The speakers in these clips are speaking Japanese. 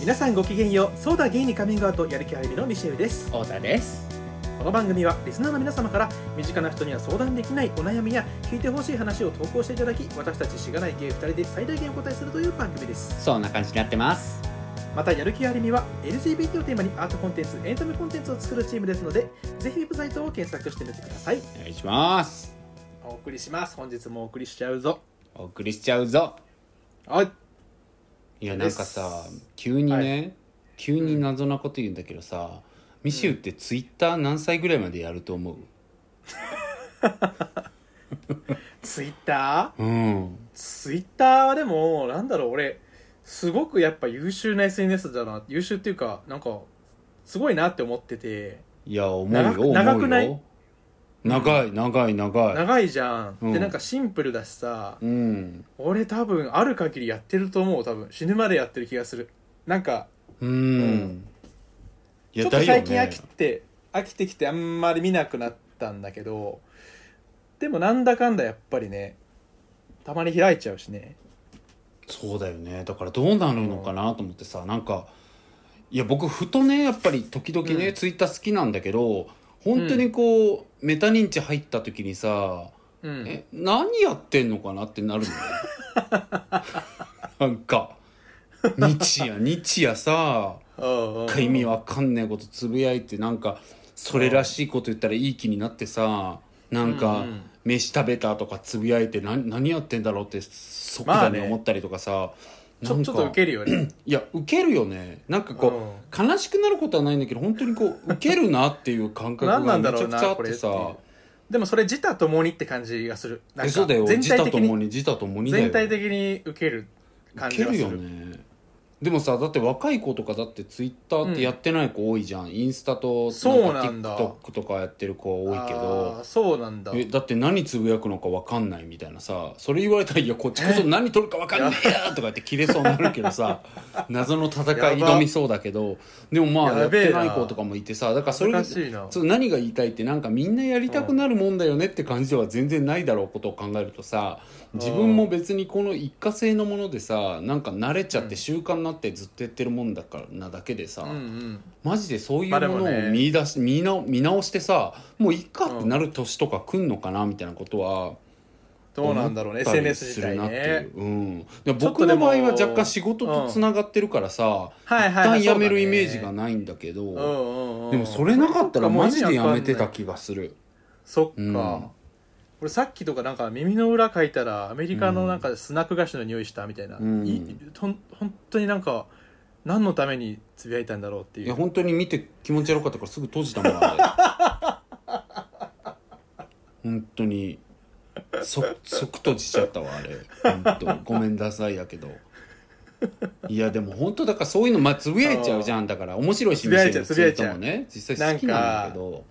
皆さんごきげんようそうだゲイにカミングアウトやる気ありみのミシェルです太田ですこの番組はリスナーの皆様から身近な人には相談できないお悩みや聞いてほしい話を投稿していただき私たちしがないゲイ2人で最大限お答えするという番組ですそんな感じになってますまたやる気ありみは LGBT をテーマにアートコンテンツエンタメコンテンツを作るチームですのでぜひウェブサイトを検索してみてくださいお願いしますお送りします本日もお送りしちゃうぞお送りしちゃうぞはいいやでなんすかさ急にね、は急に謎なこと言うんだけどさ、ミシューってツイッター何歳ぐらいまでやると思うツイッターうんツイッターはでもなんだろう俺すごくやっぱ優秀な SNS だな優秀っていうかなんかすごいなって思ってていや思うよ長く思うよ長くない長い長い長い長いじゃん、うんでなんかシンプルだしさうん俺多分ある限りやってると思う多分死ぬまでやってる気がするなんかうん、んいちやょっだとよね最近飽きて、飽きてきてあんまり見なくなったんだけどでもなんだかんだやっぱりねたまに開いちゃうしねそうだよねだからどうなるのかなと思ってさなんかいや僕ふとねやっぱり時々ね、うんツイッター好きなんだけど本当にこう、メタ認知入った時にさ、うんえ何やってんのかなってなるのよ なんか日夜日夜さうんうんなんか意味わかんないことつぶやいてなんかそれらしいこと言ったらいい気になってさなんうかんうん飯食べたとかつぶやいて何何やってんだろうって即座にまあね思ったりとかさ、ちょなんちょっとか受けるよねいや受けるよねなんかこう、悲しくなることはないんだけど本当に こう受けるなっていう感覚何ながんだめろちゃうくなちゃあってこれっさてでもそれ自他ともにって感じがするなんえかそうだよ全自体他的ともにに自他ともにだよ全体的に受ける感じ受けがするるよねでもさだって若い子とかだってツイッターってやってない子多いじゃん、インスタとそうななんんかだ TikTok とかやってる子多いけあどーそうなんだえだって何つぶやくのか分かんないみたいなさそれ言われたら「いやこっちこそ何撮るか分かんねえや!」とか言って切れそうになるけど さ謎の戦い挑みそうだけどでもまあややっべえなてない子とかもいてさだからそれ難しいなそう何が言いたいってなんかみんなやりたくなるもんだよねって感じでは全然ないだろうことを考えるとさ自分も別にこの一過性のものでさなんか慣れちゃっうてん習慣になってずっとやってるもんだからなだけでさ、うんうんマジでそういうまもあでものねを見出し、見な見直してさもういっかってなる年とか来んのかなみたいなことはどうなんだろうね思ったり SNS 自体するなっていねう、うん、でちょっ僕とでのも場合は若干仕事とつながってるからさ、はい一はいはい旦やめるイメージそうだがねないんだけど、うんうんうんでもそれなかったらマジでやめてそたっか気がする。そっか、うん俺さっきとかなんか耳の裏かいたらアメリカのなんかスナック菓子の匂いしたみたいな、うんいほん本当になんか何のためにつぶやいたんだろうっていいうや本当に見て気持ち悪かったからすぐ閉じたもんあれ 本当にそ即閉じちゃったわあれ本当ごめんなさいやけどいやでも本当だからそういうのまあつぶやいちゃうじゃんだから面白いしつぶやいちゃう見せるツイートもね実際好きなんだけど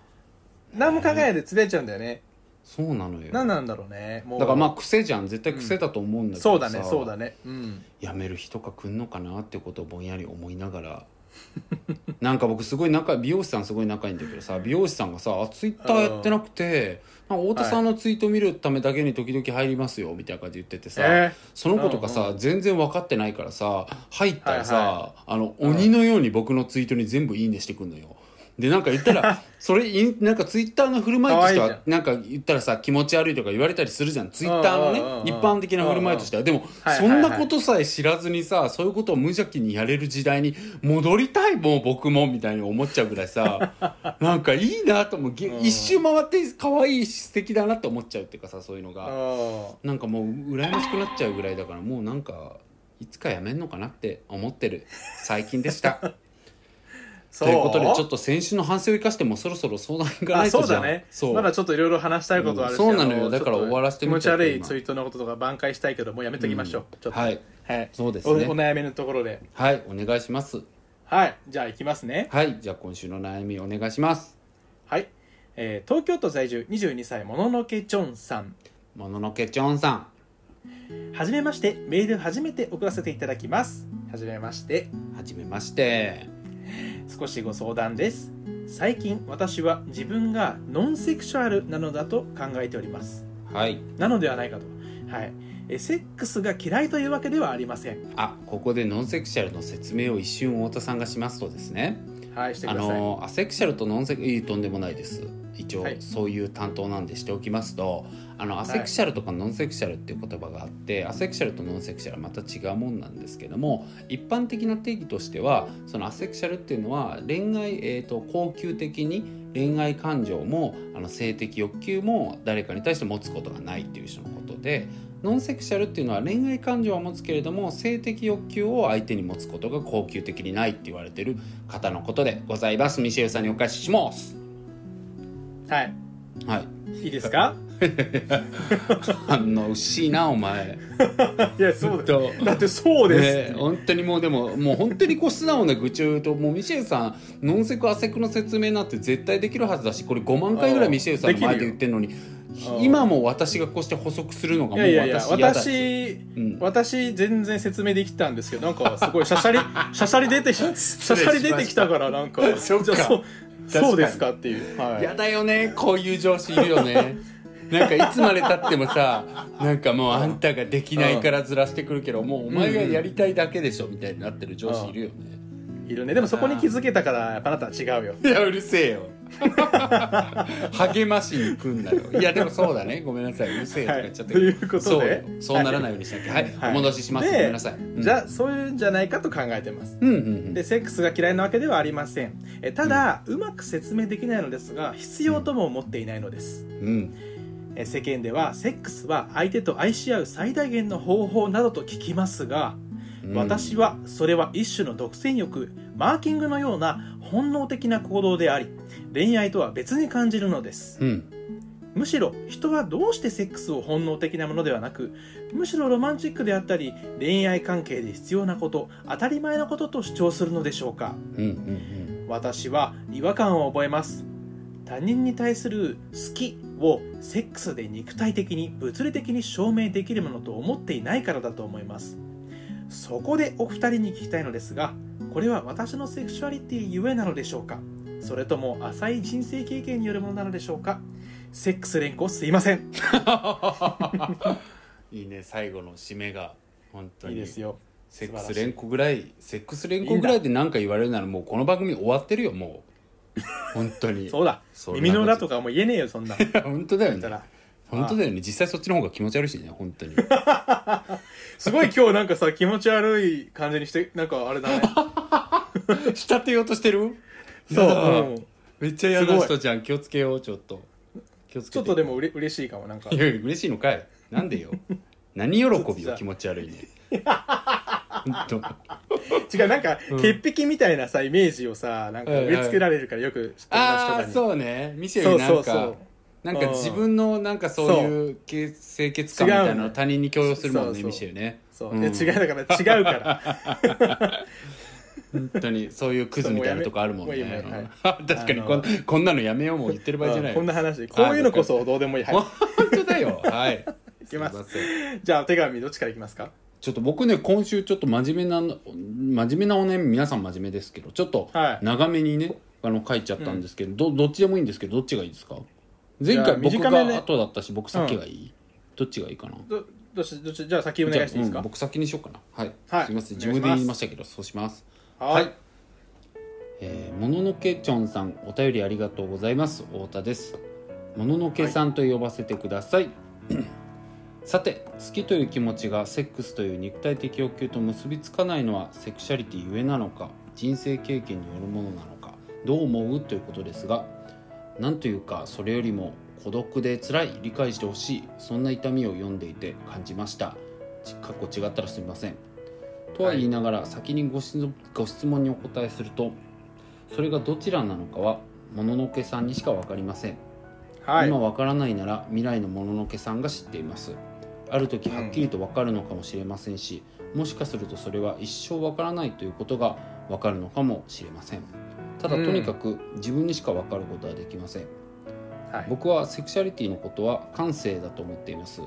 何も考えないでつぶやいちゃうんだよね、そうなのよ何なんだろうねもだうからまあ癖じゃん絶対癖だと思うんだけそどうださねそうだねうんやめる日とか来んのかなってことをぼんやり思いながら なんか僕すごい仲美容師さんすごい仲いいんだけどさ美容師さんがさあ「ツイッターやってなくてなんか太田さんのツイート見るためだけに時々入りますよ」みたいな感じで言っててさ、えその子とかさ、うん全然分かってないからさ入ったらさ、はいはあのうん鬼のように僕のツイートに全部「いいね」してくんのよ。でなんか言った らそれいなんかツイッターの振る舞いとして可愛いはなんか言ったらさ気持ち悪いとか言われたりするじゃんツイッターのねうんうんうんうん一般的な振る舞いとしてはでもはいはそいはんいなことさえ知らずにさそういうことを無邪気にやれる時代に戻りたいもう僕もみたいに思っちゃうぐらい さなんかいいなと思うげうん一周回って可愛いし素敵だなって思っちゃうっていうかさそういうのが。あなんかもう羨ましくなっちゃうぐらいだからもうなんかいつかやめんのかなって思ってる最近でした。 そということでちょっとと先週の反省を生かしてもうそろそろ相談行かないとそうじゃだんねそうまだちょっといろいろ話したいことはあるし、うんそうなのよあだからちょっと終わらせてみ気た持ち悪い今ツイートのこととか挽回したいけどもうやめときましょう、うんちょっとはい、はいそうですおおね。悩みのところではいお願いします。はいじゃあいきますねはいじゃあ今週の悩みお願いします。はい、えー東京都在住22歳もののけちょんさんもののけちょんさんはじめましてメール初めて送らせていただきますはじめましてはじめまして。少しご相談です最近私は自分がノンセクシュアルなのだと考えておりますはいなのではないかとはい、えセックスが嫌いというわけではありませんあここでノンセクシャルの説明を一瞬太田さんがしますとですねはいしてあください、のアセクシャルとノンセクいいとんでもないです一応、はいそういう担当なんでしておきますとあのアセクシャルとかノンセクシャルっていう言葉があって、アセクシャルとノンセクシャルはまた違うもんなんですけども一般的な定義としてはそのアセクシャルっていうのは恋愛、えー、と恒久的に恋愛感情もあの性的欲求も誰かに対して持つことがないっていう人のことでノンセクシャルっていうのは恋愛感情は持つけれども性的欲求を相手に持つことが恒久的にないって言われてる方のことでございますミシェルさんにお貸ししますはいはい いいですか反応しいなお前いやそうだと だってそうです、ね本当にもうでももう本当にこう素直な愚痴を言うともうミシェルさんノンセクアセクの説明なんて絶対できるはずだしこれ5万回ぐらいミシェルさんの前で言ってるのにようん今も私がこうして補足するのがいもやういやいや私嫌だし私うん私全然説明できたんですけどなんかすごいしゃし ゃりしゃしゃり出てきしゃしゃり出てきたからなんかそっかじゃあそ確かうにそうですかっていう、はい、やだよねこういう上司いるよね なんかいつまでたってもさなんかもうあんたができないからずらしてくるけどもうお前がやりたいだけでしょみたいになってる上司いるよねいるねでもそこに気づけたからやっぱあなたは違うよいやうるせえよ励ましに来んなよいやでもそうだねごめんなさいうるせえとか言っちゃったけど、はいということでそうよそうならないようにしなきゃはい、はいお戻ししますでごめんなさい、うんじゃあそういうんじゃないかと考えてますうんうんうんでセックスが嫌いなわけではありませんえただ、うまく説明できないのですが必要とも思っていないのです、うんえ世間ではセックスは相手と愛し合う最大限の方法などと聞きますが、うん私はそれは一種の独占欲マーキングのような本能的な行動であり恋愛とは別に感じるのですうんむしろ人はどうしてセックスを本能的なものではなくむしろロマンチックであったり恋愛関係で必要なこと当たり前のことと主張するのでしょうかうんうん私は違和感を覚えます他人に対する好きをセックスで肉体的に物理的に証明できるものと思っていないからだと思いますそこでお二人に聞きたいのですがこれは私のセクシュアリティゆえなのでしょうかそれとも浅い人生経験によるものなのでしょうかセックス連行すいませうんんいいね最後の締めが本当いいにですよセック素ス晴らしい連呼ぐらいセックス連呼ぐらいで何か言われるならもうこの番組終わってるよもう本当に そうだそんなこと耳の裏とかもう言えねえよそんな本当だよ言ったね ら本当だよね実際そっちの方が気持ち悪いしね本当 にすごい今日なんかさ気持ち悪い感じにしてなんかあれ だね仕立てようとしてるそう、やだうんめっちゃ嫌な人じゃん気をつけようちょっと気をつけちてょっとでもうれ嬉しいかもなんかいやいや嬉しいのかいなん でよ何喜ちょっとびじゃよあ気持ち悪 いね本当違うなんかうん潔癖みたいなさイメージをさなんかはいは植いえ付けられるからよく知ってるああ人とかそうねミシェルなんそうそうそうかなんか自分のなんかそういうけ清潔感みたいなのを他人に強要するもん違ねうのミシェルねにそううんいや違うだから違うから 本当にそういうクズみたいなとこあるもんもうやめもうやめねは 確かにこんあこんなのやめようもう言ってる場合じゃなういんこんな話こういうのこそどうでもいいは い本当だよ はいいきますせんじゃあお手紙どっちからいきますかちょっと僕ね今週ちょっと真面目な真面目なお悩み皆さん真面目ですけどちょっとはい長めにね、あの書いちゃったんですけど、どどっちでもいいんですけどどっちがいいですか前じゃ回あ僕短めねが後だったし僕先がいい、どっちがいいかなどどっちどっちじゃあ先お願いしていいでじゃあうすかん僕先にしようかなはい、はいすいませんお自願分いしますで言いましたけどそうしますははいいえーもののけちょんさんお便りありがとうございます太田ですもののけさんと呼ばせてください、さて好きという気持ちがセックスという肉体的欲求と結びつかないのはセクシャリティゆえなのか人生経験によるものなのかどう思うということですがなんというかそれよりも孤独で辛い理解してほしいそんな痛みを読んでいて感じましたちかっこ違ったらすみませんとは言いながら、先にご質ご質問にお答えするとそれがどちらなのかはもののけさんにしか分かりませんはい今わからないなら未来のもののけさんが知っていますある時はっきりとわかるのかもしれませんし、もしかするとそれは一生わからないということがわかるのかもしれませんただとうんにかく自分にしかわかることはできません、はい僕はセクシャリティのことは感性だと思っています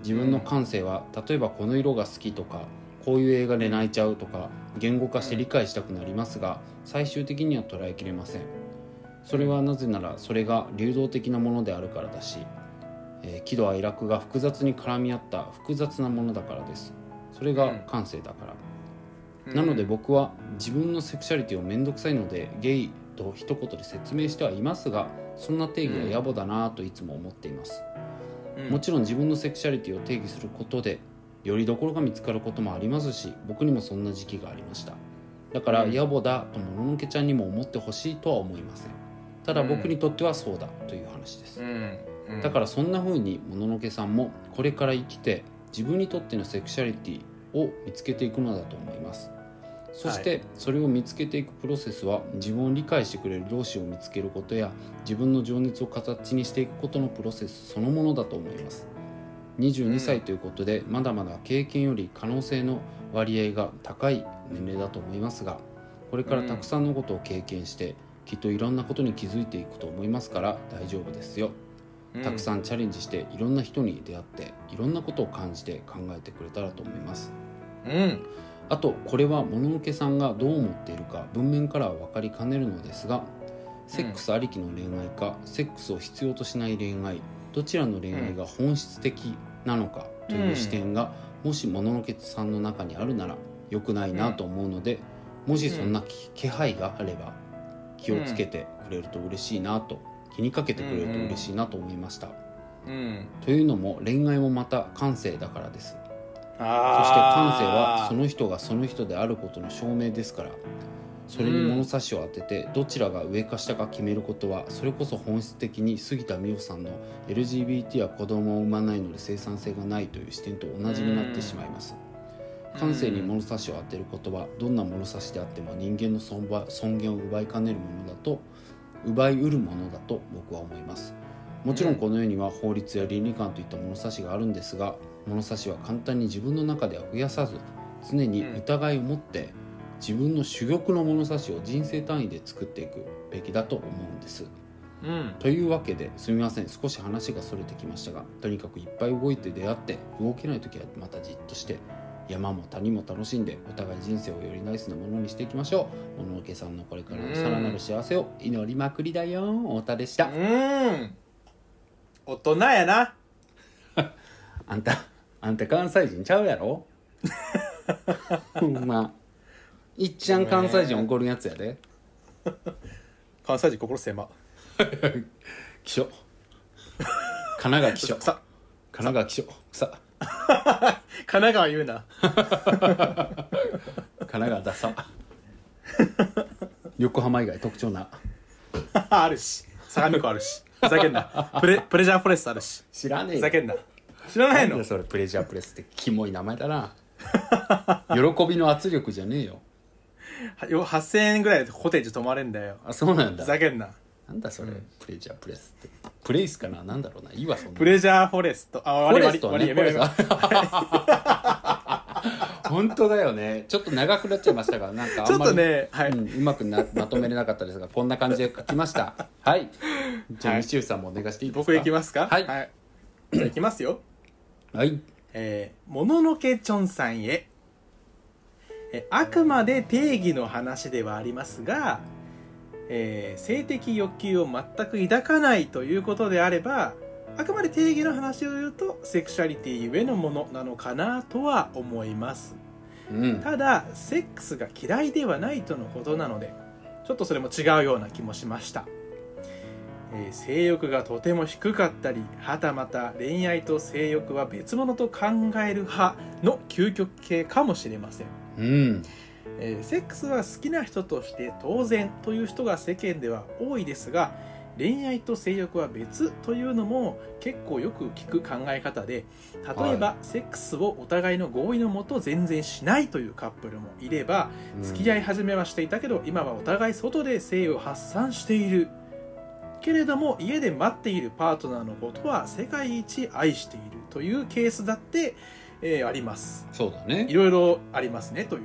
自分の感性は例えばこの色が好きとかこういう映画で泣いちゃうとか言語化して理解したくなりますが最終的には捉えきれませんそれはなぜならそれが流動的なものであるからだし、ええー喜怒哀楽が複雑に絡み合った複雑なものだからですそれが感性だから、なので僕は自分のセクシャリティを面倒くさいのでゲイと一言で説明してはいますがそんな定義は野暮だなぁといつも思っています、うんもちろん自分のセクシャリティを定義することでよりどころが見つかることもありますし僕にもそんな時期がありましただからうん野暮だともののけちゃんにも思ってほしいとは思いませんただ僕にとってはそうだという話ですうんうんだからそんな風にもののけさんもこれから生きて自分にとってのセクシャリティを見つけていくのだと思いますそしてそれを見つけていくプロセスは自分を理解してくれる同志を見つけることや自分の情熱を形にしていくことのプロセスそのものだと思いますうん22歳ということでまだまだ経験より可能性の割合が高い年齢だと思いますがこれからたくさんのことを経験してきっといろんなことに気づいていくと思いますから大丈夫ですようたくさんチャレンジしていろんな人に出会っていろんなことを感じて考えてくれたらと思いますうんあとこれはもののけさんがどう思っているか文面からは分かりかねるのですがセックスありきの恋愛か、セックスを必要としない恋愛どちらの恋愛が本質的なのかという視点が、もしもののけさんの中にあるなら良くないなと思うので、もしそんな気気配があれば気をつけてくれると嬉しいなと気にかけてくれると嬉しいなと思いました。うんというのも恋愛もまた感性だからですそして感性はあーその人がその人であることの証明ですからそれに物差しを当ててどちらが上か下か決めることはそれこそ本質的に杉田美桜さんの LGBT は子供を産まないので生産性がないという視点と同じになってしまいます感性に物差しを当てることはどんな物差しであっても人間の尊ば尊厳を奪いかねるものだと奪い得るものだと僕は思いますもちろんこの世には法律や倫理観といった物差しがあるんですが物差しは簡単に自分の中では増やさず常に疑いを持って自分の珠玉の物差しを人生単位で作っていくべきだと思うんですうんというわけですみません少し話がそれてきましたがとにかくいっぱい動いて出会って動けない時はまたじっとして山も谷も楽しんでお互い人生をよりナイスなものにしていきましょう物置さんのこれからのさらなる幸せを祈りまくりだよ太田でしたうん大人やなあんたあんた関西人ちゃうや ろほんまいっちゃん関西人怒るやつやで関西人心狭気象神奈川気象神さ奈川気象さ神奈川言うな神奈川ダサ 横浜以外特徴なあるし相模湖あるしふざけんなプレプレジャーフォレストあるし知らねえふよざけんな知らなないんのだそれプレジャープレスってキモい名前だな喜びの圧力じゃねえよはよ8000円ぐらいでコテージ泊まれんだよあそうなんふだざけんななんだそれ、プレジャープレスってプレイスかななんだろうないいわそんなプレジャーフォレストあフォ悪いレ悪スいト悪ねいやフめォろレやスめトろ 本当だよねちょっと長くなっちゃいましたがなんかあんまりちょっとねはいうん、うまくなまとめれなかったですがこんな感じで書きましたはいじゃあはい西内さんもお願いしていいですか僕行きますかはいはい、じゃあ行きますよはいえー、もののけちょんさんへ。えあくまで定義の話ではありますが、えー性的欲求を全く抱かないということであれば、あくまで定義の話を言うと、セクシャリティゆえのものなのかなとは思います。うんただ、セックスが嫌いではないとのことなので、ちょっとそれも違うような気もしました。えー性欲がとても低かったり、はたまた恋愛と性欲は別物と考える派の究極系かもしれません。うんえーセックスは好きな人として当然という人が世間では多いですが恋愛と性欲は別というのも結構よく聞く考え方で例えば、セックスをお互いの合意のもと全然しないというカップルもいれば付き合い始めはしていたけど今はお互い外で性を発散しているけれども家で待っているパートナーのことは世界一愛しているというケースだって、えーあります。そうだねいろいろありますねという。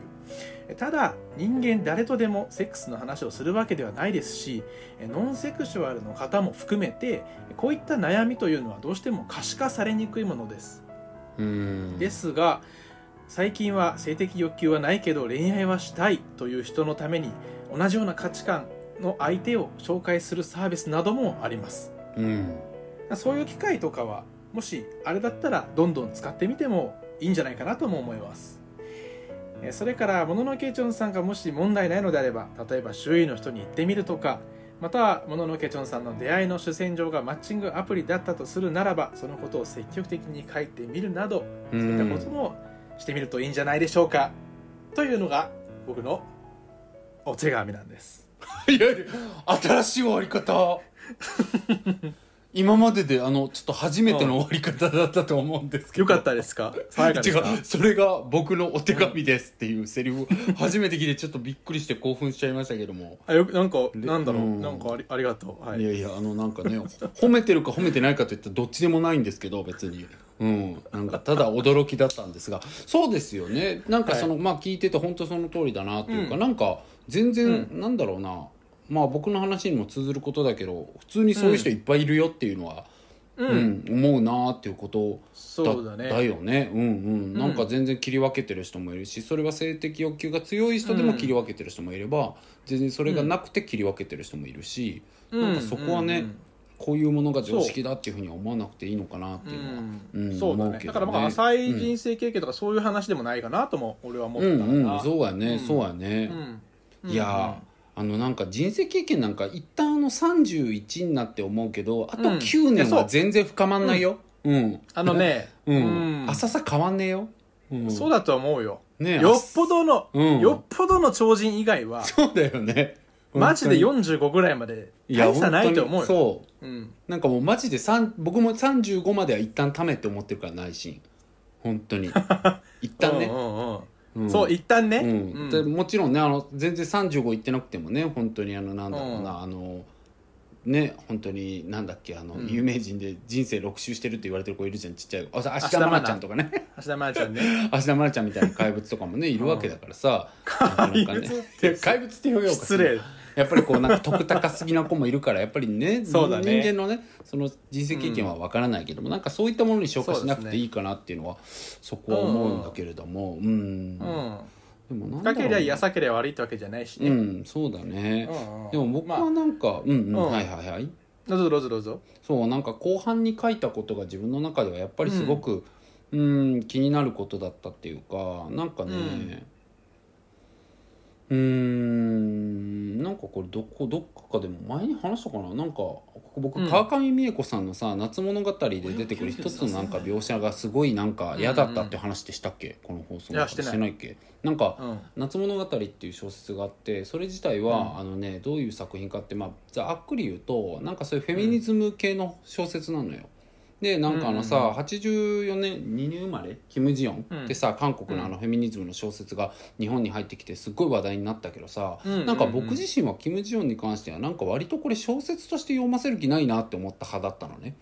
えただ、人間誰とでもセックスの話をするわけではないですし、えノンセクシュアルの方も含めて、こういった悩みというのはどうしても可視化されにくいものです。うんですが、最近は性的欲求はないけど恋愛はしたいという人のために、同じような価値観の相手を紹介するサービスなどもあります。うんそういう機会とかはもしあれだったらどんどん使ってみてもいいんじゃないかなとも思いますえーそれからもののけチョンさんがもし問題ないのであれば例えば周囲の人に言ってみるとかまたはもののけチョンさんの出会いの主戦場がマッチングアプリだったとするならばそのことを積極的に書いてみるなどうそういったんこともしてみるといいんじゃないでしょうか、というのが僕のお手紙なんですいやいや新しい終わり方 今までであのちょっと初めての終わり方だったと思うんですけどよかったですか爽やかで違したうそれが僕のお手紙ですっていうセリフを初めて聞いてちょっとびっくりして興奮しちゃいましたけども、あよくなんかなんだろう、うん、なんかありありがとうはいいやいやあのなんかね 褒めてるか褒めてないかといったらどっちでもないんですけど別に。うん、なんかただ驚きだったんですがそうですよねなんかその、まあ聞いてて本当その通りだなっていうか、うんなんか全然、なんだろうなまあ僕の話にも通ずることだけど普通にそういう人いっぱいいるよっていうのは、ううん思うなっていうことをそうだねよねうんうんなんか全然切り分けてる人もいるし、それは性的欲求が強い人でも切り分けてる人もいれば、全然それがなくて切り分けてる人もいるし、うんなんかそこはね、うんこういうものが常識だっていうふうには思わなくていいのかなっていうのは、うんうんそうだ思ねうけだどねからまあ浅い人生経験とかそういう話でもないかなとも俺は思っうたんな、うんそうやね、うんそうやね、うんいやーあのなんか人生経験なんか一旦あの31になって思うけどあとうん9いや年そうは全然深まんないよ、うんあのねううんん浅さ変わんねえよ、 うんそうだと思うよねよっぽどの、うんよっぽどの超人以外はそうだよねマジで本45ぐらいまで当にや大差ないと思うよ本当にそううんなんかもうマジで三僕も35までは一旦ためって思ってるから内心本当 に一旦うねんうんうんんそう一旦ね、うんでもちろんねあの全然35いってなくてもね本当にあのなんだろうな、うあのね本当になんだっけあの、うん有名人で人生6周してるって言われてる子いるじゃんちっちゃい子あそう芦芦田田愛愛菜菜ちゃんとかね橋田真奈ちゃんね芦田愛菜ちゃんみたいな怪物とかもねいるわけだからさ、怪 なかな物かっねて怪物って表現おかしい失な礼やっぱりこうなんか得高すぎな子もいるからやっぱりね そうだね人間のねその人生経験は分からないけども、なんかそういったものに消化しなくていいかなっていうのはそこは思うんだけれどもうん、うでんもなんだ深けりろゃうなやさけりゃ悪いってわけじゃないしうね、んそうだねう、んうんでも僕まはあなんか、うんうん、うんはいはいはいどうぞどうぞどうぞそうなんか後半に書いたことが自分の中ではやっぱりすごく、うん、気になることだったっていうかなんかねうーんなんかこれどこどっかでも前に話したかななんか僕うん川上美恵子さんのさ「夏物語」で出てくる一つのなんか描写がすごいなんか嫌だったって話ってしたっけこの放送いやしてないっけなんかうん夏物語っていう小説があってそれ自体は、うんあのねどういう作品かって、まあ、ざっくり言うとなんかそういうフェミニズム系の小説なのよ。でなんかあのさ、うんうん84年2年生まれキム・ジヨンうんってさ、韓国のあのフェミニズムの小説が日本に入ってきてすっごい話題になったけどさ、うんうんうんなんか僕自身はキム・ジヨンに関してはなんか割とこれ小説として読ませる気ないなって思った派だったのね。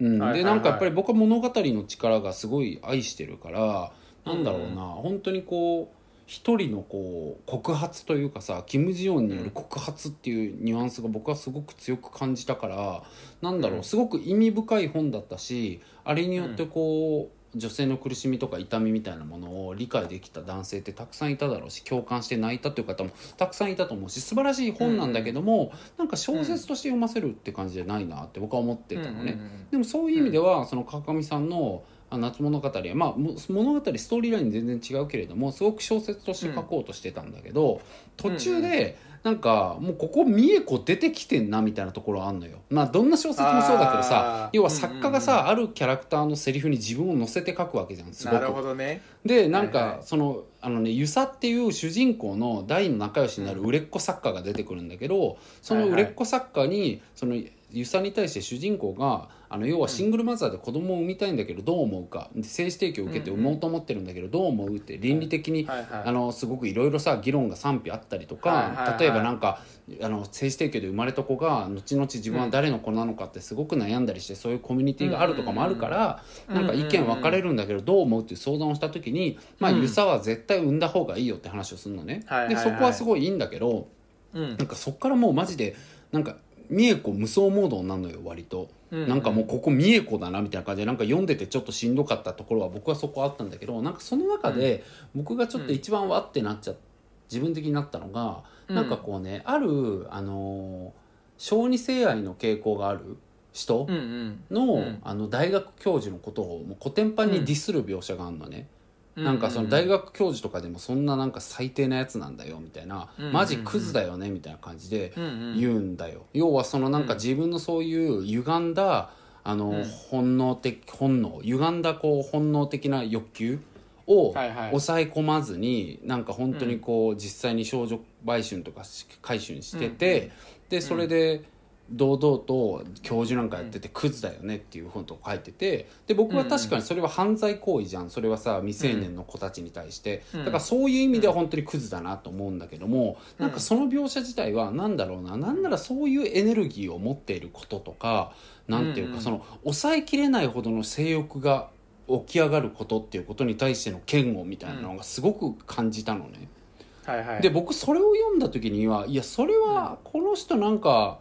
うん、はいはいはいでなんかやっぱり僕は物語の力がすごい愛してるからなんだろうな、うん本当にこう一人のこう告発というかさキム・ジヨンによる告発っていうニュアンスが僕はすごく強く感じたからなんだろうんうすごく意味深い本だったしあれによってこう女性の苦しみとか痛みみたいなものを理解できた男性ってたくさんいただろうし共感して泣いたという方もたくさんいたと思うし素晴らしい本なんだけどもなんか小説として読ませるって感じじゃないなって僕は思ってたのね。でもそういう意味では、その川上さんの「あ夏物語は」まあ、も物語ストーリーライン全然違うけれどもすごく小説として書こうとしてたんだけど、途中でなんかもうここ三重子出てきてんなみたいなところあんのよ。まあどんな小説もそうだけどあさー要は作家がさ、うんあるキャラクターのセリフに自分を乗せて書くわけじゃんすごなるくほどねでなんはいはかいその、あのね遊佐っていう主人公の大の仲良しになる売れっ子作家が出てくるんだけどその売れっ子作家にその遊佐に対して主人公があの要はシングルマザーで子供を産みたいんだけどどう思うかで精子提供を受けて産もうと思ってるんだけどどう思うって倫理的にはいはいあのすごくいろいろさ議論が賛否あったりとか、はいはいはい例えばなんかあの精子提供で生まれた子が後々自分は誰の子なのかってすごく悩んだりして、そういうコミュニティがあるとかもあるから、うんなんか意見分かれるんだけどどう思うっていう相談をした時に、まあうん遊佐は絶対産んだ方がいいよって話をするのね。はいはいはいでそこはすごいいいんだけどうんなんかそっからもうマジでなんか三重子無双モードになるのよ割と。うんなんかもうここ三重子だなみたいな感じでなんか読んでてちょっとしんどかったところは僕はそこあったんだけどなんかその中で僕がちょっと一番わってなっちゃ自分的になったのがうんなんかこうねあるあのー小児性愛の傾向がある人うんうんの,、うんあの大学教授のことをもう古典版にディスる描写があるのね、うなんかその大学教授とかでもそんななんか最低なやつなんだよみたいな、うんマジクズだよねみたいな感じでうんうん言うんだよ、要はそのなんか自分のそういう歪んだあの、うん本能的本能歪んだこう本能的な欲求をはいはい抑え込まずに、なんか本当にこう、実際に少女売春とかし回春してて、でそれで。堂々と教授なんかやっててクズだよねっていう本とか書いててで僕は確かにそれは犯罪行為じゃんそれはさ未成年の子たちに対してうんだからそういう意味では本当にクズだなと思うんだけどもうんなんかその描写自体はなんだろうななんならそういうエネルギーを持っていることとかなんていううんうかんその抑えきれないほどの性欲が起き上がることっていうことに対しての嫌悪みたいなのがすごく感じたのね。はいはいで僕それを読んだ時にはいやそれはこの人なんか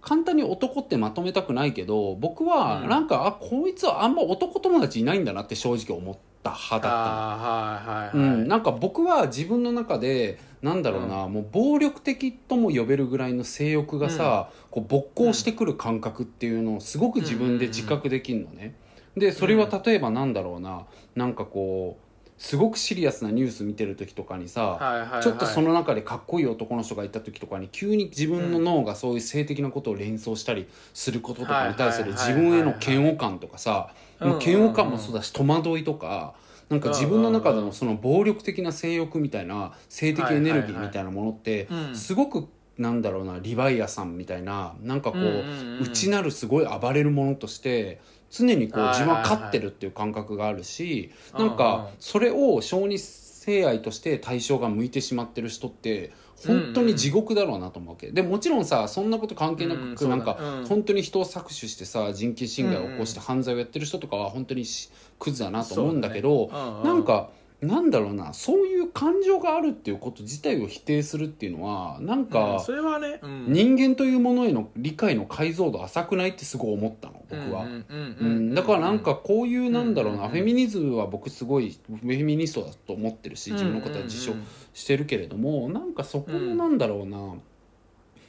簡単に男ってまとめたくないけど僕はうんなんか、あこいつはあんま男友達いないんだなって正直思った派だったのあーうはいはいはいん、なんか僕は自分の中でなんだろうな、もう暴力的とも呼べるぐらいの性欲がさ、こう勃興してくる感覚っていうのをすごく自分で自覚できるのね。でそれは例えばなんだろうななんかこうすごくシリアスなニュース見てる時とかにさ、はいはいはいちょっとその中でかっこいい男の人がいた時とかに急に自分の脳がそういう性的なことを連想したりすることとかに対するはいはい自はいはい分への嫌悪感とかさうんもう嫌悪感もそうだし戸惑いとかなんか自分の中でうんうんうのんその暴力的な性欲みたいな性的エネルギーみたいなものってうんすごくなんだろうなリヴァイアさんみたいななんかこうんううんうん内なるすごい暴れるものとして常にこうはいはいはい自分は勝ってるっていう感覚があるしうんうなんんかそれを小児性愛として対象が向いてしまってる人って本当に地獄だろうなと思うわけでもちろんさそんなこと関係なうんくそうだなねんかうん本当に人を搾取してさ人権侵害を起こして犯罪をやってる人とかは本当にしクズだなと思うんだけどそうだねうんうんなんかなんだろうなそういう感情があるっていうこと自体を否定するっていうのはなんうんかそれはねうん人間というものへの理解の解像度浅くないってすごい思ったの僕はう。んうんううんん、だからなんかこういうなんだろううんうんうなんフェミニズムは僕すごいフェミニストだと思ってるし自分のことは自称うんうんしてるけれどもなんかそこうのんなんだろうな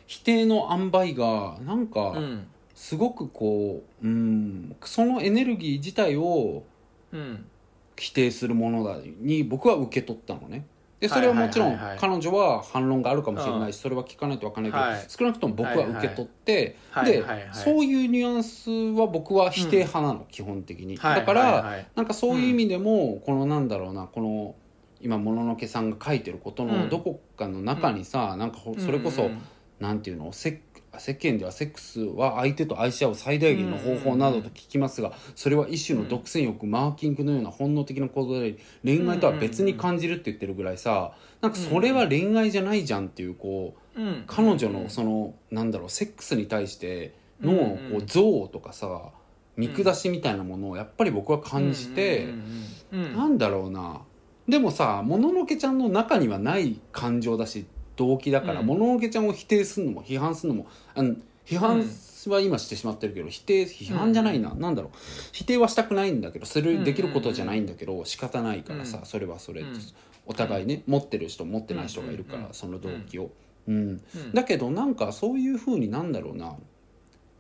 否定の塩梅がなんうかんすごくこううんそのエネルギー自体をうん否定するものだに僕は受け取ったのね。でそれはもちろはんいはいはいはい彼女は反論があるかもしれないしそれは聞かないと分かんないけどはい少なくとも僕は受け取ってはいではいはいそういうニュアンスは僕は否定派なの基本的に。はいだかはいらはいなんかそういう意味でも、このなんだろうなこの今もののけさんが書いてることうのんどこかの中にさ、なんかほそれこそ、うんうんなんていうのセッ世間ではセックスは相手と愛し合う最大限の方法などと聞きますが、それは一種の独占欲、マーキングのような本能的な行動であり恋愛とは別に感じるって言ってるぐらいさ、なんかそれは恋愛じゃないじゃんっていうこううん彼女のそのなんだろうセックスに対してのうんこうんう憎悪とかさ見下しみたいなものをやっぱり僕は感じてうんうんうんうんなんだろうなでもさもののけちゃんの中にはない感情だし動機だからうんもののけちゃんを否定するのも批判するのもあの批判は今してしまってるけど否定批判じゃないななんだろう否定はしたくないんだけどそれできることじゃないんだけど仕方ないからさうんそれはそれうんお互いね持ってる人持ってない人がいるかうんうんうらんその動機を。うんうんだけどなんかそういうふうになんだろうな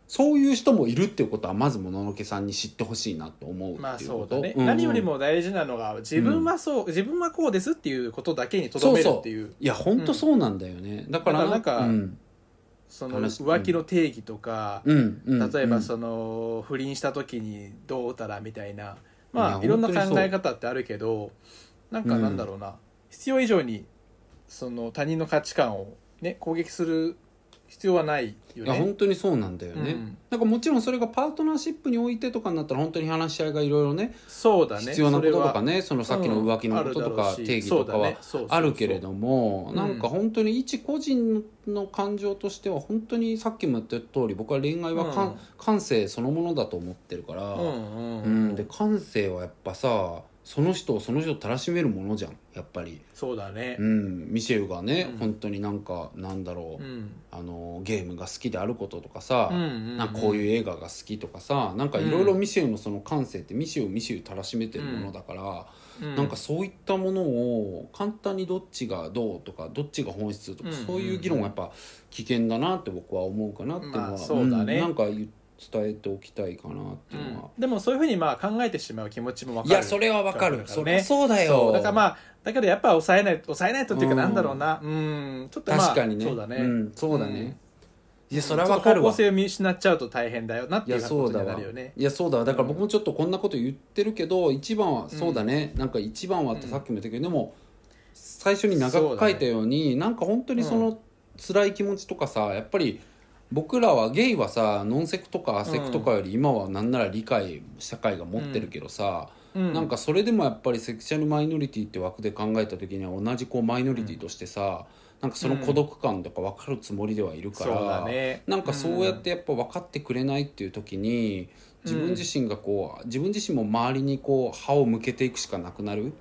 そういう人もいるっていうことはまずもののけさんに知ってほしいなと思うまっあていうこそうと、だね、うんうん何よりも大事なのが自分はそう、自分はこうですっていうことだけにとどめるっていういやほんとそうなんだよね、だからだからなんかうんその話浮気の定義とか、うんうん、例えばうんその不倫した時にどうたらみたいな、いまやあいろんな本当にそう考え方ってあるけどなんかなんだろうな、必要以上にその他人の価値観を、ね、攻撃する必要はないよいやね本。当にそうなんだよね、うんなんかもちろんそれがパートナーシップにおいてとかになったら本当に話し合いがいろいろねそうだね必要なこととかねねそのさっきの浮気のこととか定義とかはあるけれども、うんなんか本当に一個人の感情としては本当にさっきも言った通り僕は恋愛は感,、うん感性そのものだと思ってるから、ううんんうんで感性はやっぱさその人をその人をたらしめるものじゃんやっぱり、そうだねう、ん、ミシェルがね、うん本当になんかなんだろう、うんあのゲームが好きであることとかさ、うんうんなんかこういう映画が好きとかさなんかいろいろミシェルのその感性ってミシェルをミシェルたらしめてるものだから、うなんかそういったものを簡単にどっちがどうとかどっちが本質とか、うんそういう議論はやっぱ危険だなって僕は思うかなっていうのは、まあそうだねんなんか伝えておきたいかなってういうのんは、でもそういうふうにまあ考えてしまう気持ちもわかいるやそれはわかるだからそねりゃそうだよそうだからまあだけどやっぱ抑えない抑えないとっていうかうんなんだろうなうんちょっとまあ確かにね、そうだね、ん、そうだね、うんいやそれはわかるちょっと方わ向性を見失っちゃうと大変だよなっいていやうそこうとだになわるよねいやそうだわだから僕もちょっとこんなこと言ってるけど一番はそうだね、なんか一番はってさっきも言ったけど、でも最初に長く書いたようになんか本当にその辛い気持ちとかさやっぱり僕らはゲイはさノンセクとかアセクとかより今はなんなら理解社会が持ってるけどさ、うんなんかそれでもやっぱりセクシャルマイノリティって枠で考えた時には同じこうマイノリティとしてさ、なんかその孤独感とか分かるつもりではいるから、そうだねなんかそうやってやっぱ分かってくれないっていう時にうん自分自身がこう自分自身も周りにこう歯を向けていくしかなくなる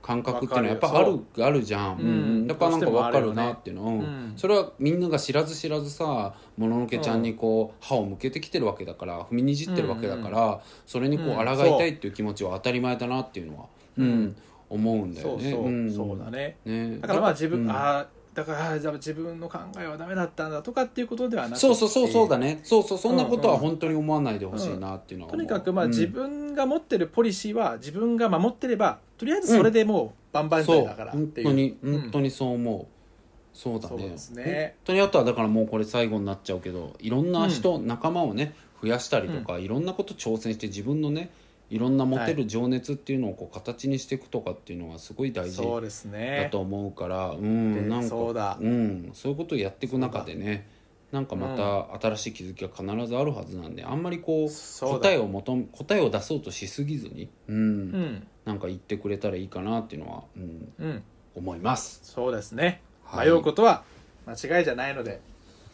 感覚っていうのはやっぱあわるあるじゃん、うんうんだからなんか分かるなっていうの、ううんんそれはみんなが知らず知らずさもののけちゃんにこう歯を向けてきてるわけだから踏みにじってるわけだから、それにこううん抗いたいっていう気持ちは当たり前だなっていうのは、うん思うんだそようね。そう、んそうだねねだからまあ自分、うんああだからあーじゃあ自分の考えはダメだったんだとかっていうことではなくてそうそうそうそうだねねそうそうそんなことうはんうん本当に思わないでほしいなっていうのはと思うにかくまあうん自分が持ってるポリシーは自分が守ってればとりあえずそれでもうバンバンそうだからっ本ていう当にうん本当にそう思う、そうだねそうですね本当にあとはだからもうこれ最後になっちゃうけどいろんな人、仲間をね増やしたりとか、いろんなこと挑戦して自分のねいろんな持てる情熱っていうのをこう形にしていくとかっていうのはすごい大事そうですだねと思うからう,、でんなんかそうだん、そういうことをやっていく中でねなんかまた新しい気づきが必ずあるはずなんであんまりこうそうだ答えを求め答えを出そうとしすぎずに、うんうんなんか言ってくれたらいいかなっていうのは、うん、うん思います。そうですねはい迷うことは間違いじゃないので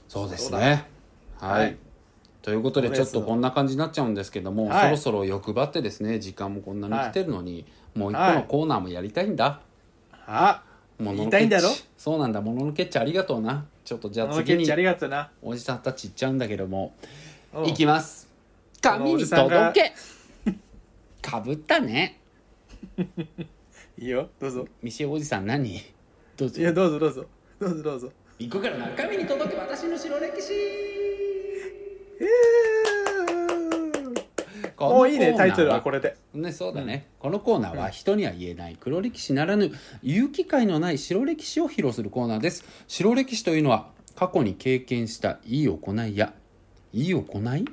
そうですね。はい、はいということでそうちょでっすとこんな感じになっちゃうんですけども、はいそろそろ欲張ってですね時間もこんなに来てるのに、もう一個はのいコーナーもやりたいんだ。あものの言いたいんだろけっちそうなんだもののけっちありがとうなちょっとじゃこあの次ケッにチありがとうなおじさんたち行っちゃうんだけども、うんいきますの髪おにじさんが届けかぶったねいいよどうぞ店おじさん何どうぞいやどうぞどうぞどうぞどうぞ行くから中身に届く私の白歴史えーもういいねタイトルはこれでねそうだね、このコーナーは人には言えない黒歴史ならぬ言う機会のない白歴史を披露するコーナーです白歴史というのは過去に経験したいい行いやいい行い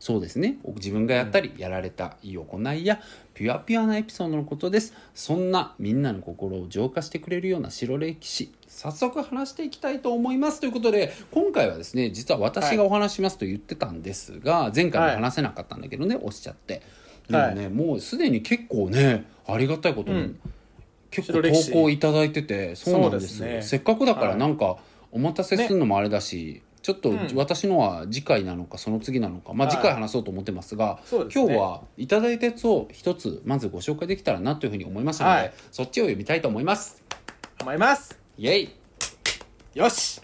そうですね自分がやったりやられたいい行いやピュアピュアなエピソードのことですそんなみんなの心を浄化してくれるような白歴史早速話していきたいと思いますということで今回はですね実は私がお話ししますと言ってたんですが、前回も話せなかったんだけどね押しちゃってでもね、もうすでに結構ねありがたいことに、うん結構白歴投史稿いただいててそうなんですそうよですねせっかくだからはいなんかお待たせするのもあれだし、ちょっとうん私のは次回なのかその次なのか、まあ、はい次回話そうと思ってますが、そうですね今日はいただいたやつを一つまずご紹介できたらなというふうに思いましたので、はいそっちを呼びたいと思います。思いますイエイよし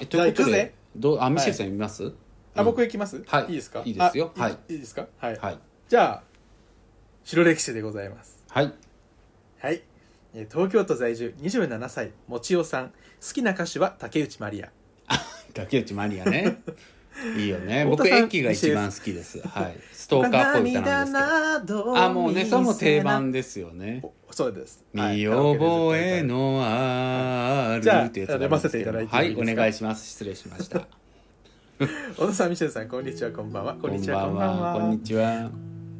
えじゃあ行くぜどうあミシェルさん呼びます、あ、うん僕行きますはいいですかいいですよあはいいいですかはい、はい、じゃあ白歴史でございますはい、はいえー東京都在住27歳もちおさん好きな歌手は竹内まりや竹内マリアね いいよね太僕田さん駅が一番好きです、はい、ストーカーっぽい歌なんですけど涙などあもうねそれも定番ですよねおそうです見覚えのあるじゃあってやつなんですけど読ませていただいてはいいいですおか願いします失礼しました小田さんミシェルさんこんにちはこんばん はこんにちはこんばんはこんにちは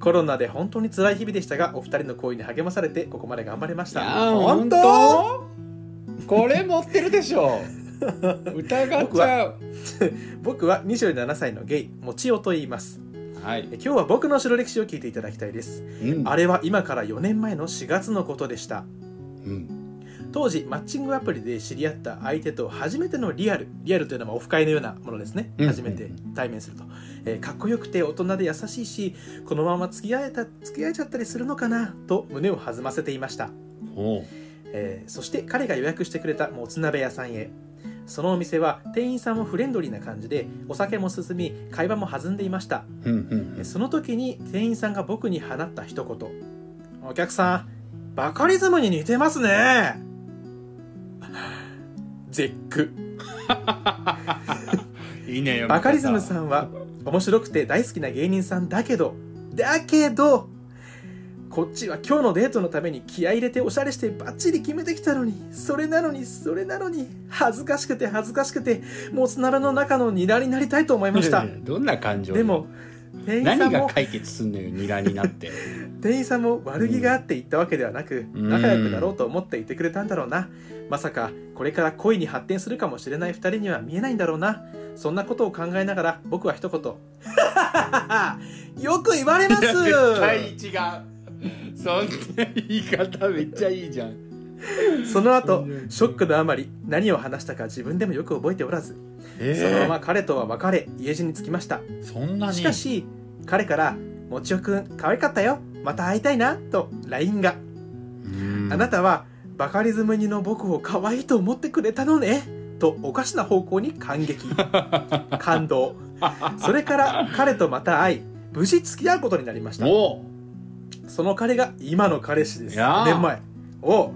コロナで本当に辛い日々でしたがお二人の恋に励まされてここまで頑張れましいたやー本当これ持ってるでし ょ疑っちゃう僕は27歳のゲイもちおと言いますはいえ、今日は僕の白歴史を聞いていただきたいですうんあれは今から4年前の4月のことでしたうん当時マッチングアプリで知り合った相手と初めてのリアルリアルというのはオフ会のようなものですね、うん初めて対面すると、えーかっこよくて大人で優しいしこのまま付き合えた付き合えちゃったりするのかなと胸を弾ませていました、おうえーそして彼が予約してくれたもつ鍋屋さんへそのお店は店員さんもフレンドリーな感じでお酒も進み会話も弾んでいましたうんうんその時に店員さんが僕に放った一言「お客さんバカリズムに似てますね」絶句うんいいねよバカリズムさんは面白くて大好きな芸人さんだけどだけどこっちは今日のデートのために気合い入れておしゃれしてバッチリ決めてきたのにそれなのにそれなのに恥ずかしくて恥ずかしくてもつならの中のニラになりたいと思いました どんな感情でも店員さ何んがも解決すんのよニラになって 店員さんも悪気があって言ったわけではなく、うん仲良くなろうと思っていてくれたんだろうなまさかこれから恋に発展するかもしれない2人には見えないんだろうなそんなことを考えながら僕は一言 よく言われます絶対違うそんな言い方めっちゃいいじゃんその後ショックのあまり何を話したか自分でもよく覚えておらず、そのまま彼とは別れ家路に着きましたそんなにしかし彼から「もちおくん可愛かったよまた会いたいな」と LINE があなたたはバカリズムにの僕を可愛いと思ってくれたのねとおかしな方向に 感激感動それから彼とまた会い無事付き合うことになりましたおうその彼が今の彼氏ですいやー5年前を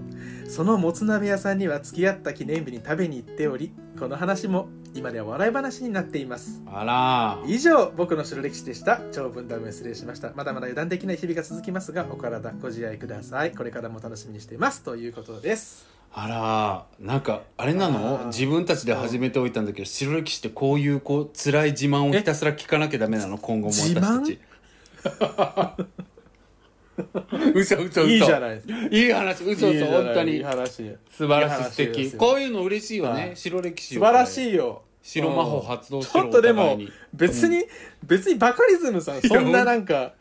そのもつ鍋屋さんには付き合った記念日に食べに行っておりこの話も今では笑い話になっていますあ以上僕の白歴史でした長文ダメ失礼しましたまだまだ油断できない日々が続きますがお体ご自愛くださいこれからも楽しみにしていますということですらあらなんかあれなあのー自分たちで始めておいたんだけど白歴史ってこういうこう辛い自慢をひたすら聞かなきゃダメなの今後も私たち 嘘嘘嘘いいじゃないですいい話嘘いいじ嘘ゃない本当にいい話素晴らしいいい話素敵ですよこういうの嬉しいよね、はい白歴史素晴らいしいよ白魔法発動してるちょっとでもお互いに別に、別にバカリズムさんそんななんか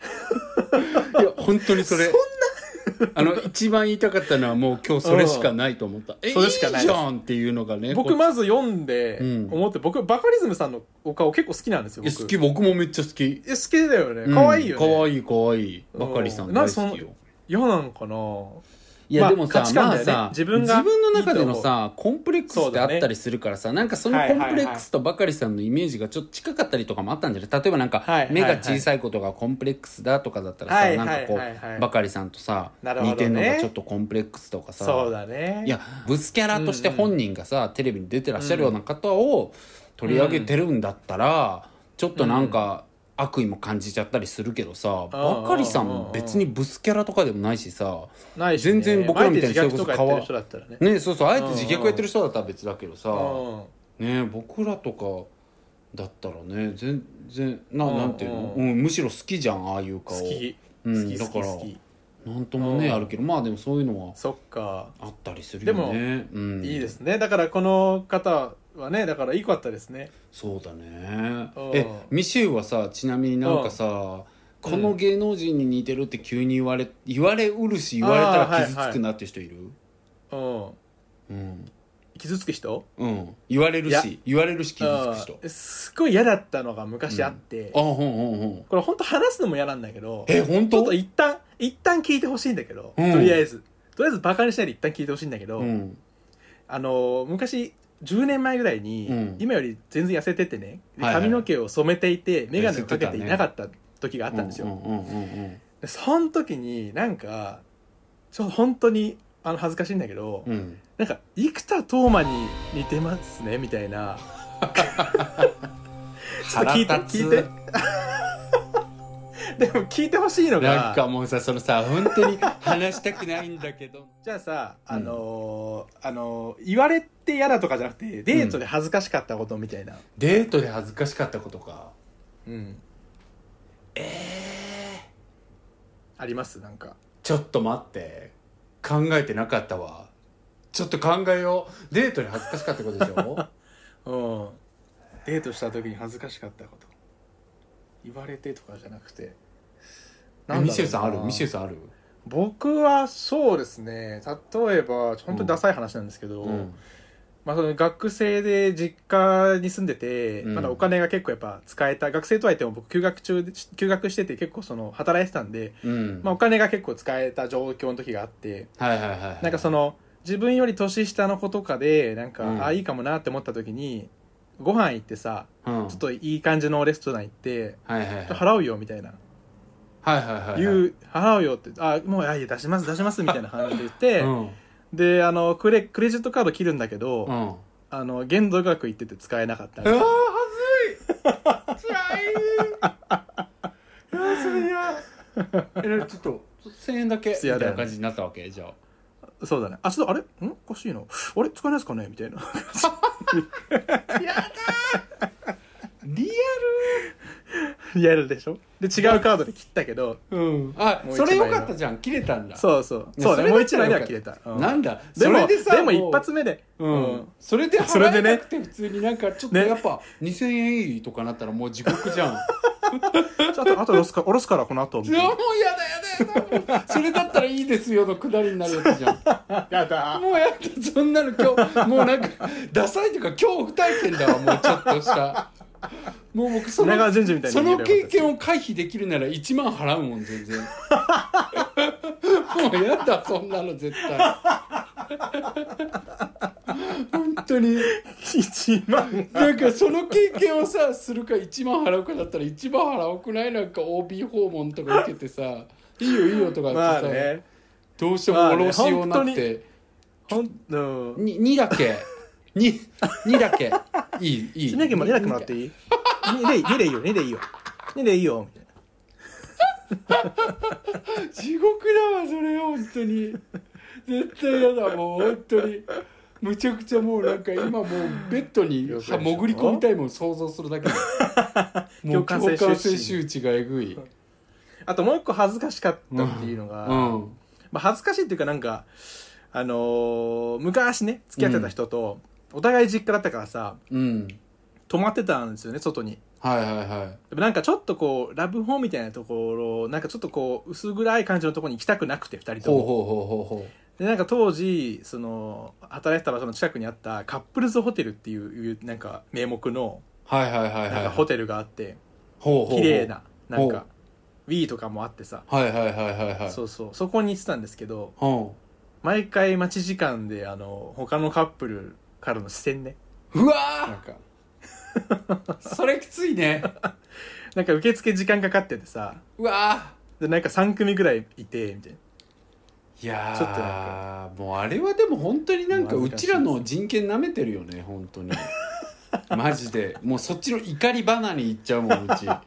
いや本当にそれ あの一番言いたかったのはもう今日それしかないと思ったえ それしかないいいじゃんっていうのがね僕こまず読んでうん思って、僕バカリズムさんのお顔結構好きなんですよいや僕好き僕もめっちゃ好きえ好きだよね可愛いよね、うん可愛い可愛いばかりさんうん大なん好かそのきよ嫌なのかないや、まあでもさ価値ま観あだよねさ自分がの中でのさコンプレックスってあったりするからさ、なんかそのはいコはンいはいプレックスとばかりさんのイメージがちょっと近かったりとかもあったんじゃない例えばなんか、はいはいはい目が小さいことがコンプレックスだとかだったらさ、はいなんかこう、はいはいはいばかりさんとさ、なるほどね似てんのがちょっとコンプレックスとかさそうだねいやブスキャラとして本人がさ、テレビに出てらっしゃるような方を取り上げてるんだったら、ちょっとなんか、悪意も感じちゃったりするけどさばかりさんも別にブスキャラとかでもないしさないし、全然僕らみたいにそれこそそれかこそわ人だったらねねそうそうあえて自虐やってる人だったら別だけどさ、うんね僕らとかだったらね全然なうんなんていうの、ううん、むしろ好きじゃんああいう好顔きう好んきだ好かきら好きなんともねうんあるけどまあでもそういうのはそっかあったりするよねうん、いいですねだからこの方はねだからいいかったですねそうだねうんえミシェウはさちなみになんかさうんこの芸能人に似てるって急に言われ言われうるし言われたら傷つくなって人いる、うんうん傷つく人うん、言われるいやし言われるし傷つく人うんすっごい嫌だったのが昔あって、あほんほんほんこれ本当話すのも嫌なんだけどえ本ちょ当っと一旦一旦聞いてほしいんだけど、うんとりあえずとりあえずバカにしないで一旦聞いてほしいんだけど、うんあの昔10年前ぐらいに、うん今より全然痩せててねではいはい髪の毛を染めていて眼鏡をかけていなかった時がああったんですよ、うんうんうんうんでその時になんかちょっと本当にあの恥ずかしいんだけど、うんうんなんか生田斗真に似てますねみたい なちょっと聞い腹立てつ聞いてでも聞いてほしいのがなんかもうさそのさ本当に話したくないんだけどじゃあさ、あのーあのー言われて嫌だとかじゃなくて、デートで恥ずかしかったことみたいな。デートで恥ずかしかったことかうん。ありますなんか。ちょっと待って考えてなかったわちょっと考えようデートで恥ずかしかった ことでしょうん。デートした時に恥ずかしかったこと。言われてとかじゃなくて。えミシェルさんあるミシェルん。さんある僕はそうですね、例えば、本当にダサい話なんですけど、うんまあ、その学生で実家に住んでて、うんまだお金が結構やっぱ使えた学生とはいっても僕休学中で休学してて結構その働いてたんで、うんまあ、お金が結構使えた状況の時があってはいはいはいはいなんかその自分より年下の子とかでなんか、うんあいいかもなって思った時にご飯行ってさうんちょっといい感じのレストラン行ってはいはいはいちょっと払うよみたいなはいはいはい言う払うよってあもうあいや出します出しますみたいな感じで言って、うんであのクレクレジットカード切るんだけど、うんあの限度額言ってて使えなかったみうたいわーなはずいいそれやえちょっと1000円だけみたいな感じになったわけじゃあそうだねあちょっとあれんおかしいなあれ使えないですかねみたいな リやるでしょで違うカードで切ったけどアルうんあもう一枚のそれよかったじゃん切れたんだそうそういやそうそねれもうだっ一たら枚でよはか切れ、ったたうんなんだでそもれでさでもう一発目でううんんそれでそれ払えでねなくて普通になんかちょっとねやっぱ2000円いいとかなったらもう地獄じゃんちょっとあとおろすかおろすからこの後みいたや いもうやだやだやだもうそれだったらいいですよのくだりになるやつじゃんなやだもうやったそんなの今日もうなんかダサいというか恐怖体験だわもうちょっとしたもう僕そ品川の淳二みたいそなの経験を回避できるなら1万払うもん全 然もうやだそんなの絶対本当に1万なんかその経験をさするか1万払うかだったら1万払うくないなんか OB 訪問とか受けてさ「いいよいいよ」とかまっあてさ、ねどうしても下ろしようなっまあねて、ほんうんに2だ け 2, 2だけいいいいしなきゃもらっていい2でいい2でいいよ2でいいよ2でいいよみたいな地獄だわそれ本当に絶対嫌だもう本当にむちゃくちゃもうなんか今もうベッドには潜り込みたいもん想像するだ けでもう共感性共周知感性周知がえぐい、あともう一個恥ずかしかったっていうのが、うん、まあ、恥ずかしいっていうかなんか、あのー昔ね付き合ってた人と、お互い実家だったからさうん、泊まってたんですよね外にはいはいはいでもなんかちょっとこうラブホみたいなところなんかちょっとこう薄暗い感じのところに行きたくなくて2人とほうほうもほうほうほでなんか当時その働いてた場所の近くにあったカップルズホテルっていういうなんか名目のうはいはいはいはなんかいホテルがあってほうほうほう綺麗ななんほか Wii とかもあってさはいはいはいはいはいそうそうそこに行ってたんですけどほ毎回待ち時間であの他のカップルからの視線ねううなんわかーそれきついねなんか受付時間かかっててさうわでなんか3組ぐらいいてみたいなーいやーちょっとなんもうあれはでも本当になんかもうう恥ずかしいちらの人権なめてるよね本当 にマジでもうそっちの怒りバナに行っちゃうもんう ちだ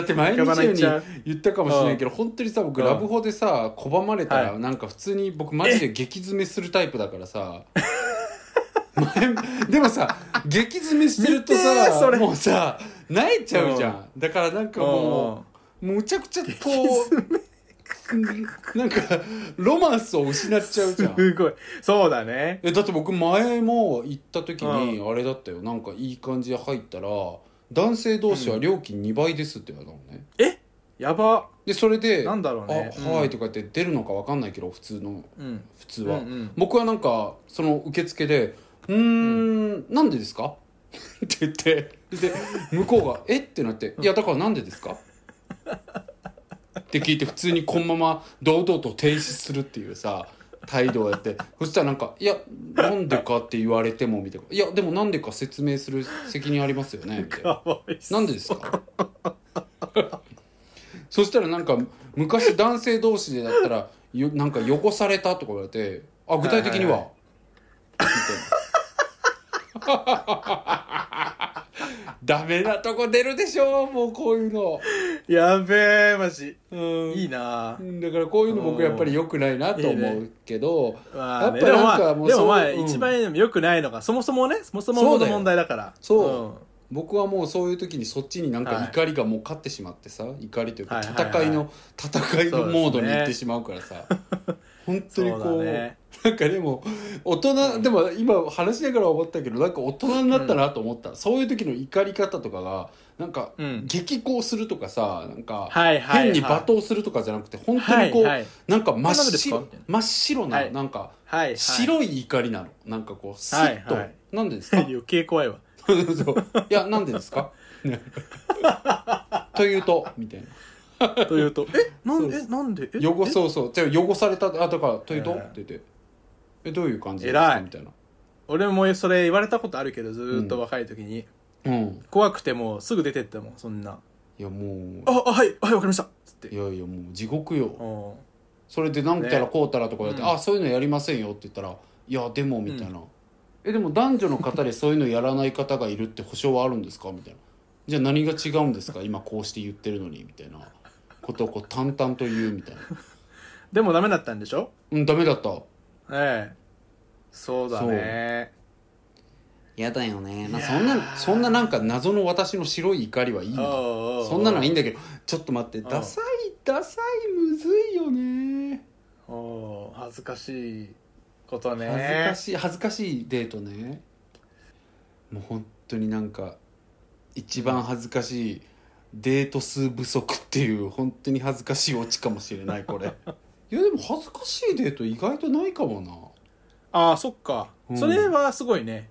って毎日行かのないようっにちゃう言ったかもしれないけど本当にさ僕うんラブホでさ拒まれたらはなんか普通に僕マジ で激詰めするタイプだからさ前でもさ激詰めしてると見てーさそれもうさ泣いちゃうじゃんだからなんかもうむちゃくちゃこ うなんかロマンスを失っちゃうじゃんすごいそうだねえだって僕前も行った時にうあれだったよなんかいい感じで入ったら男性同士は料金2倍ですって言われたのねやばでそれでなんだろうねあはい」とか言って出るのかわかんないけど普通のうん普通は、うんうん僕はなんかその受付で「うーんなんでですか? 」って言ってで向こうが「えっ?」てなって「いやだからなんでですか?」って聞いて普通にこのまま堂々と停止するっていうさ態度をやってそしたらなんか「いやなんでかって言われても」みたいな「いやでもなんでか説明する責任ありますよね」みたいなかわいそなうんでです かそしたらなんか昔男性同士でだったらよなんか汚されたとか言われてあ具体的には,、はいみたいなダメなとこ出るでしょもうこういうのやべえマジうんいいなだからこういうの僕やっぱり良くないなと思うけどまあねやでっぱもまなんかあもうでもまあそううん一番良くないのがそもそもねそもそそうもだのよ問題だからそ僕はもうそういう時にそっちになんはかい怒りがもう勝ってしまってさ怒りというかはいはいはい戦いの戦いのモードに行っそうですてねしまうからさ本うん当にそうこだうねなんかでも大人でも今話しながら思ったけどなんか大人になったなと思ったそういう時の怒り方とかがなんかうん激高するとかさなんかはいはいは変いに罵倒するとかじゃなくて本当はにいこうはいなんか真っこんなのですか白みたい真っ白はないなんかはいはい白い怒りなのなんかこうスッとはいはいなんでですか 余計怖いわそうそういや、なんでです かというと、みたいな。というとえなんでそうえなんでえ汚そうそう。じゃあ汚された、あ、だから、というと、はいって言って。え、どういう感じです偉かいみたいな。俺もそれ言われたことあるけどずーっと若い時に、うん。怖くてもうすぐ出てったもんそんないや、も「ああはいはいわかりました」っつっう、いてやいや、もう地獄よ。おーそれで、なんたらこうたらとか言われて、ねあ、そういうのやりませんよって言ったら、いや、でも、みたいな。うえ、でも男女の方でそういうのやらない方がいるって保証はあるんですかみたいな。じゃあ何が違うんですか今こうして言ってるのにみたいなことをこう淡々と言うみたいなでもダメだったんでしょうんダメだったええそうだね嫌だよね、まあ、いやそんなそんななんか謎の私の白い怒りはいいんだそそんなのはいいんだだけどちょっと待ってんダサいダサいむずいよね恥ずかしいことね恥ずかしい恥ずかしいデートねもう本当になんか一番恥ずかしいデート数不足っていう本当に恥ずかしいオチかもしれない これいやでも恥ずかしいデート意外とないかもああそっか、うんそれはすごいね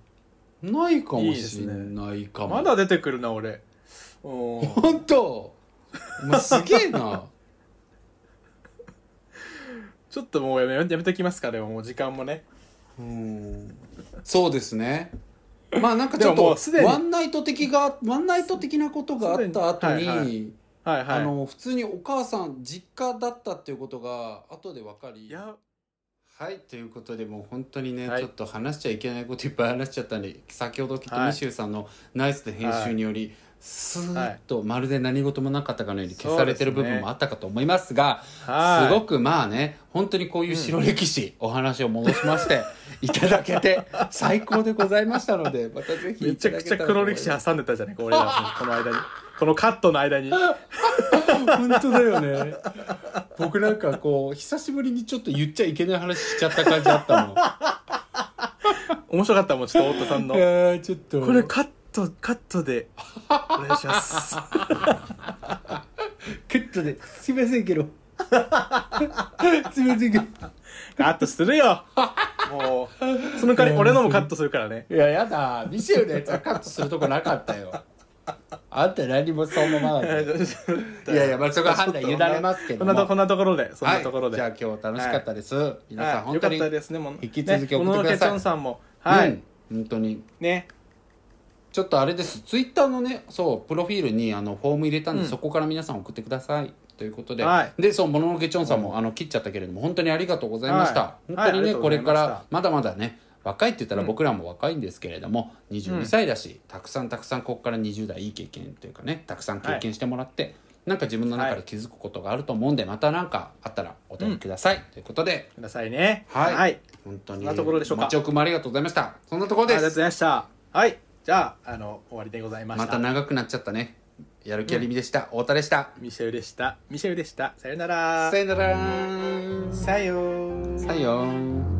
なないかもしれないかもまだ出てくるな俺うん本当お前すげえなちょっともうやめやめときますかでももう時間もねうんそうですねまあなんかちょっでももとうすでにワンナイト的がワンナイト的なことがあった後すでにに、はいははいはいあの普通にお母さん実家だったっていうことが後で分かりいやはいということでもう本当にね、はいちょっと話しちゃいけないこといっぱい話しちゃったんで先ほどきっとはいミシューさんのナイスで編集により、スーッとまるで何事もなかったかのように消されてるそ部うですね分もあったかと思いますがはいすごくまあね本当にこういう白歴史、お話を戻しましていただけて最高でございましたのでまたぜひめちゃくちゃ黒歴史挟んでたじゃねえか俺らこの間にこのカットの間に本当だよね僕なんかこう久しぶりにちょっと言っちゃいけない話しちゃった感じあった面白かったもんちょっと太田さんものんいやーちょっとこれカットカットでお願いしますクッとですいませんけ どすいませんけどカットす るよもうその代わり俺のもカットするからねいややだミシェルのやつはカットするとこなかったよあんた何もそんなままだよいやいやまあそこは判断委ねますけどこんもなとこんなところでそんなはいところで、じゃあ今日楽しかったです、皆さんはい、本よ当かっにたですねもう引き続き送ってくださいね小野家チョンさんもはい、うん本当にねちょっとあれですツイッターのねそうプロフィールにあのフォーム入れたんで、うんそこから皆さん送ってくださいということで、はいでそうもののけちょんさんも、あの切っちゃったけれども本当にありがとうございました、は本当いにはいありね、がとこうございれましかたらまだまだね若いって言ったらうん僕らも若いんですけれども、う22ん歳だし、たくさんたくさんここから20代いい経験というかねたくさん経験してもらって、なんか自分の中で気づくことがあると思うんで、また何かあったらお便りください、ということでくださいねはい、はい、本当にそんなところでしょうかもちおくんもありがとうございましたそんなところあでりがとうごすざいましたはいじゃああの終わりでございましたまた長くなっちゃったねやる気ありみでした、太田でしたミシェルでしたミシェルでしたさよならさよならさようさよう